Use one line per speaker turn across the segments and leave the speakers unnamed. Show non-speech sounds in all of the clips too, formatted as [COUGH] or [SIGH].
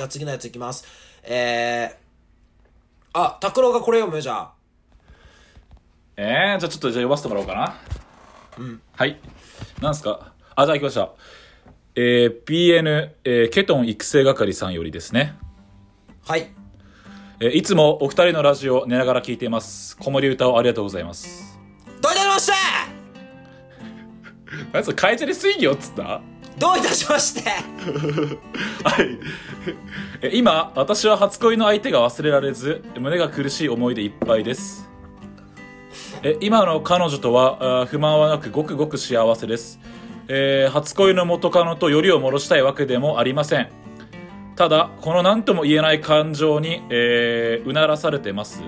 ゃあ次のやついきます。えー、あ、拓郎がこれ読むじゃあ。
えー、じゃあちょっとじゃあ読ませてもらおうかな。うん。はい。なんすかあ、じゃあ行きました。えー、PN、えーケトン育成係さんよりですね。
はい。
えーいつもお二人のラジオ寝ながら聞いています。子守歌をありがとうござい [LAUGHS] ます。
どういたしまして
あいつ、会社で水魚っつった
どういたしまして
はい、え今私は初恋の相手が忘れられず胸が苦しい思いでいっぱいですえ今の彼女とはあー不満はなくごくごく幸せです、えー初恋の元カノとよりを戻したいわけでもありませんただこの何とも言えない感情に、えーうならされてます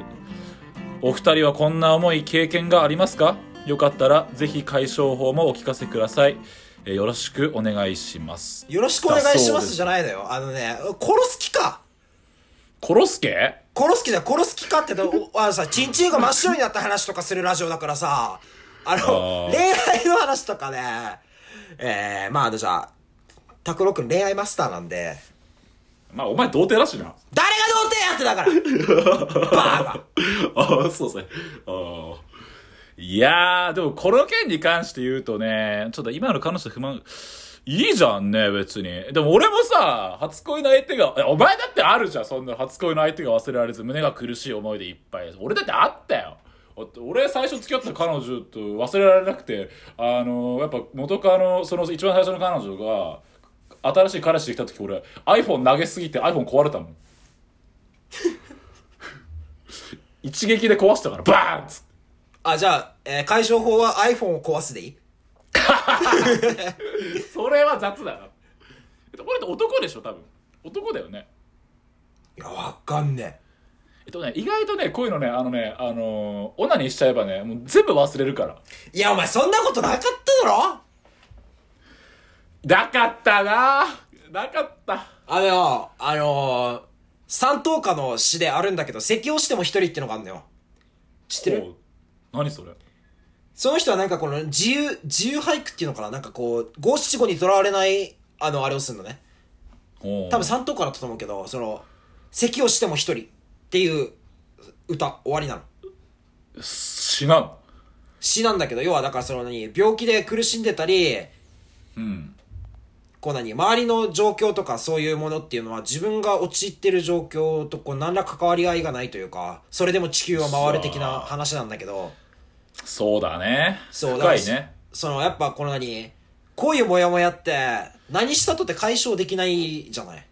お二人はこんな思い経験がありますかよかったらぜひ解消法もお聞かせください、えーよろしくお願いします
よろしくお願いし
だそ
ま
うですす
じゃないのよ。あのね、殺す気か
殺すけ
殺す気だ、殺す気かっての、
[LAUGHS]
おあのさ、チンチンが真っ白になった話とかするラジオだからさ、あの、
あー
恋愛の話とかね、えー、まああのじゃあ、拓郎くん恋愛マスターなんで、
まあ、お前童貞らしいな。
誰が童貞やってだからバー
[LAUGHS] ああ、そうですね。ああ。いやー、でもこの件に関して言うとね、ちょっと今の彼女と不満、いいじゃんね、別に。でも俺もさ、初恋の相手が、えお前だってあるじゃん、そんな初恋の相手が忘れられず、胸が苦しい思いでいっぱい。俺だってあったよ。お俺最初付き合った彼女と忘れられなくて、あのーやっぱ元カノ、その一番最初の彼女が、新しい彼氏できた時俺 iPhone 投げすぎて iPhone 壊れたもん。一撃で壊したから、バーンっつって
があ、じゃあ、えー解消法は iPhone を壊すでいい
それは雑だな。えっと、これって男でしょ、多分。男だよね。
いや、わかんね
えっとね、意外とね、こういうのね、あのね、あのーオナニーしちゃえばね、もう全部忘れるから。
え。いや、お前そんなことなかっただろ
なかったななかった。
あのよ、あのー、三等家の詩であるんだけど、咳をしても一人ってのがあるんだよ。知って
お
る
う何それ
その人はなんかこの自由、自由俳句っていうのかななんかこう、五七五にとらわれない、あの、あれをするのね。
おう
多分三等家だったと思うけど、その、咳をしても一人っていう歌、終わりなの。
違う。
詩なんだけど、要はだからその何、病気で苦しんでたり、
うん。
こう何、周りの状況とかそういうものっていうのは自分が陥ってる状況とこう何ら関わり合いがないというか、それでも地球は回る的な話なんだけど、
そうだね。
そう
深い
だから
ね。
そのやっぱこの何、こういうモヤモヤって何したとって解消できないじゃない。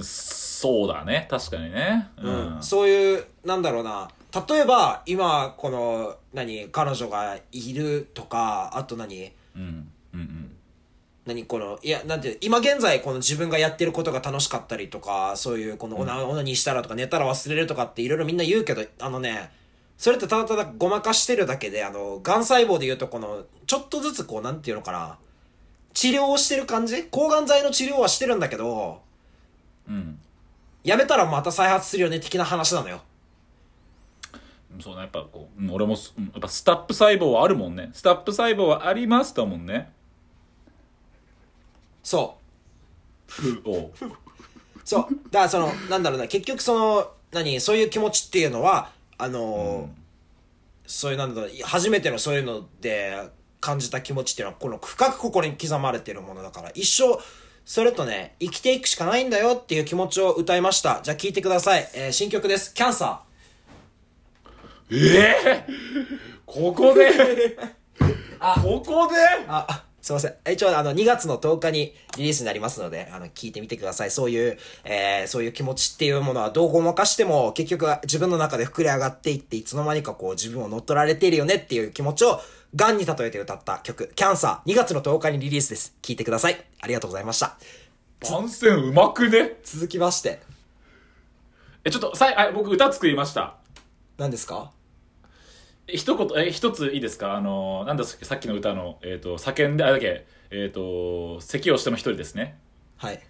そうだね。確かにね。うん。
そういう、なんだろうな。例えば、今、この、何、彼女がいるとか、あと何、
うん。うんうん。
何この、いや、なんていう、今現在この自分がやってることが楽しかったりとか、そういう、この、オナ、オナにしたらとか、寝たら忘れるとかっていろいろみんな言うけど、あのね、それってただただごまかしてるだけで、あの、癌細胞で言うと、この、ちょっとずつこう、なんていうのかな、治療をしてる感じ抗がん剤の治療はしてるんだけど、
うん。
やめたらまた再発するよね、的な話なのよ。
そうね、やっぱこう、うん俺もす、うんやっぱスタップ細胞はあるもんね。スタップ細胞はありますだもんね。
そう。
おう
そう。だからその、なんだろうな、結局その、何、そういう気持ちっていうのは、あのーそういうなんだろう、初めてのそういうので感じた気持ちっていうのは、この深く心に刻まれてるものだから、一生、それとね、生きていくしかないんだよっていう気持ちを歌いました。じゃあ聴いてください。えー新曲です。キャンサ
ええここ [LAUGHS] でここで
ー。あ、あすいません。え一応、あの、2月の10日にリリースになりますので、あの、聞いてみてください。そういう、えーそういう気持ちっていうものは、どうごまかしても、結局は自分の中で膨れ上がっていって、いつの間にかこう、自分を乗っ取られているよねっていう気持ちを、ガンに例えて歌った曲、キャンサー、2月の10日にリリースです。聞いてください。ありがとうございました。
番宣うまくね
続きまして、
え、ちょっと、さい、あ、僕歌作りました。
何ですか
え一言、え、一ついいですかあのー、なんだっけさっきの歌の、えっ、と、叫んで、あれだっけ、えっ、と、咳をしても一人ですね。
はい。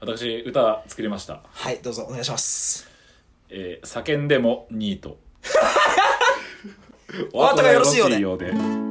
私、歌作りました。
はい、どうぞお願いします。
えー、叫んでもニート。 [LAUGHS]
お後がよろしいようで
お後がよろしいようで。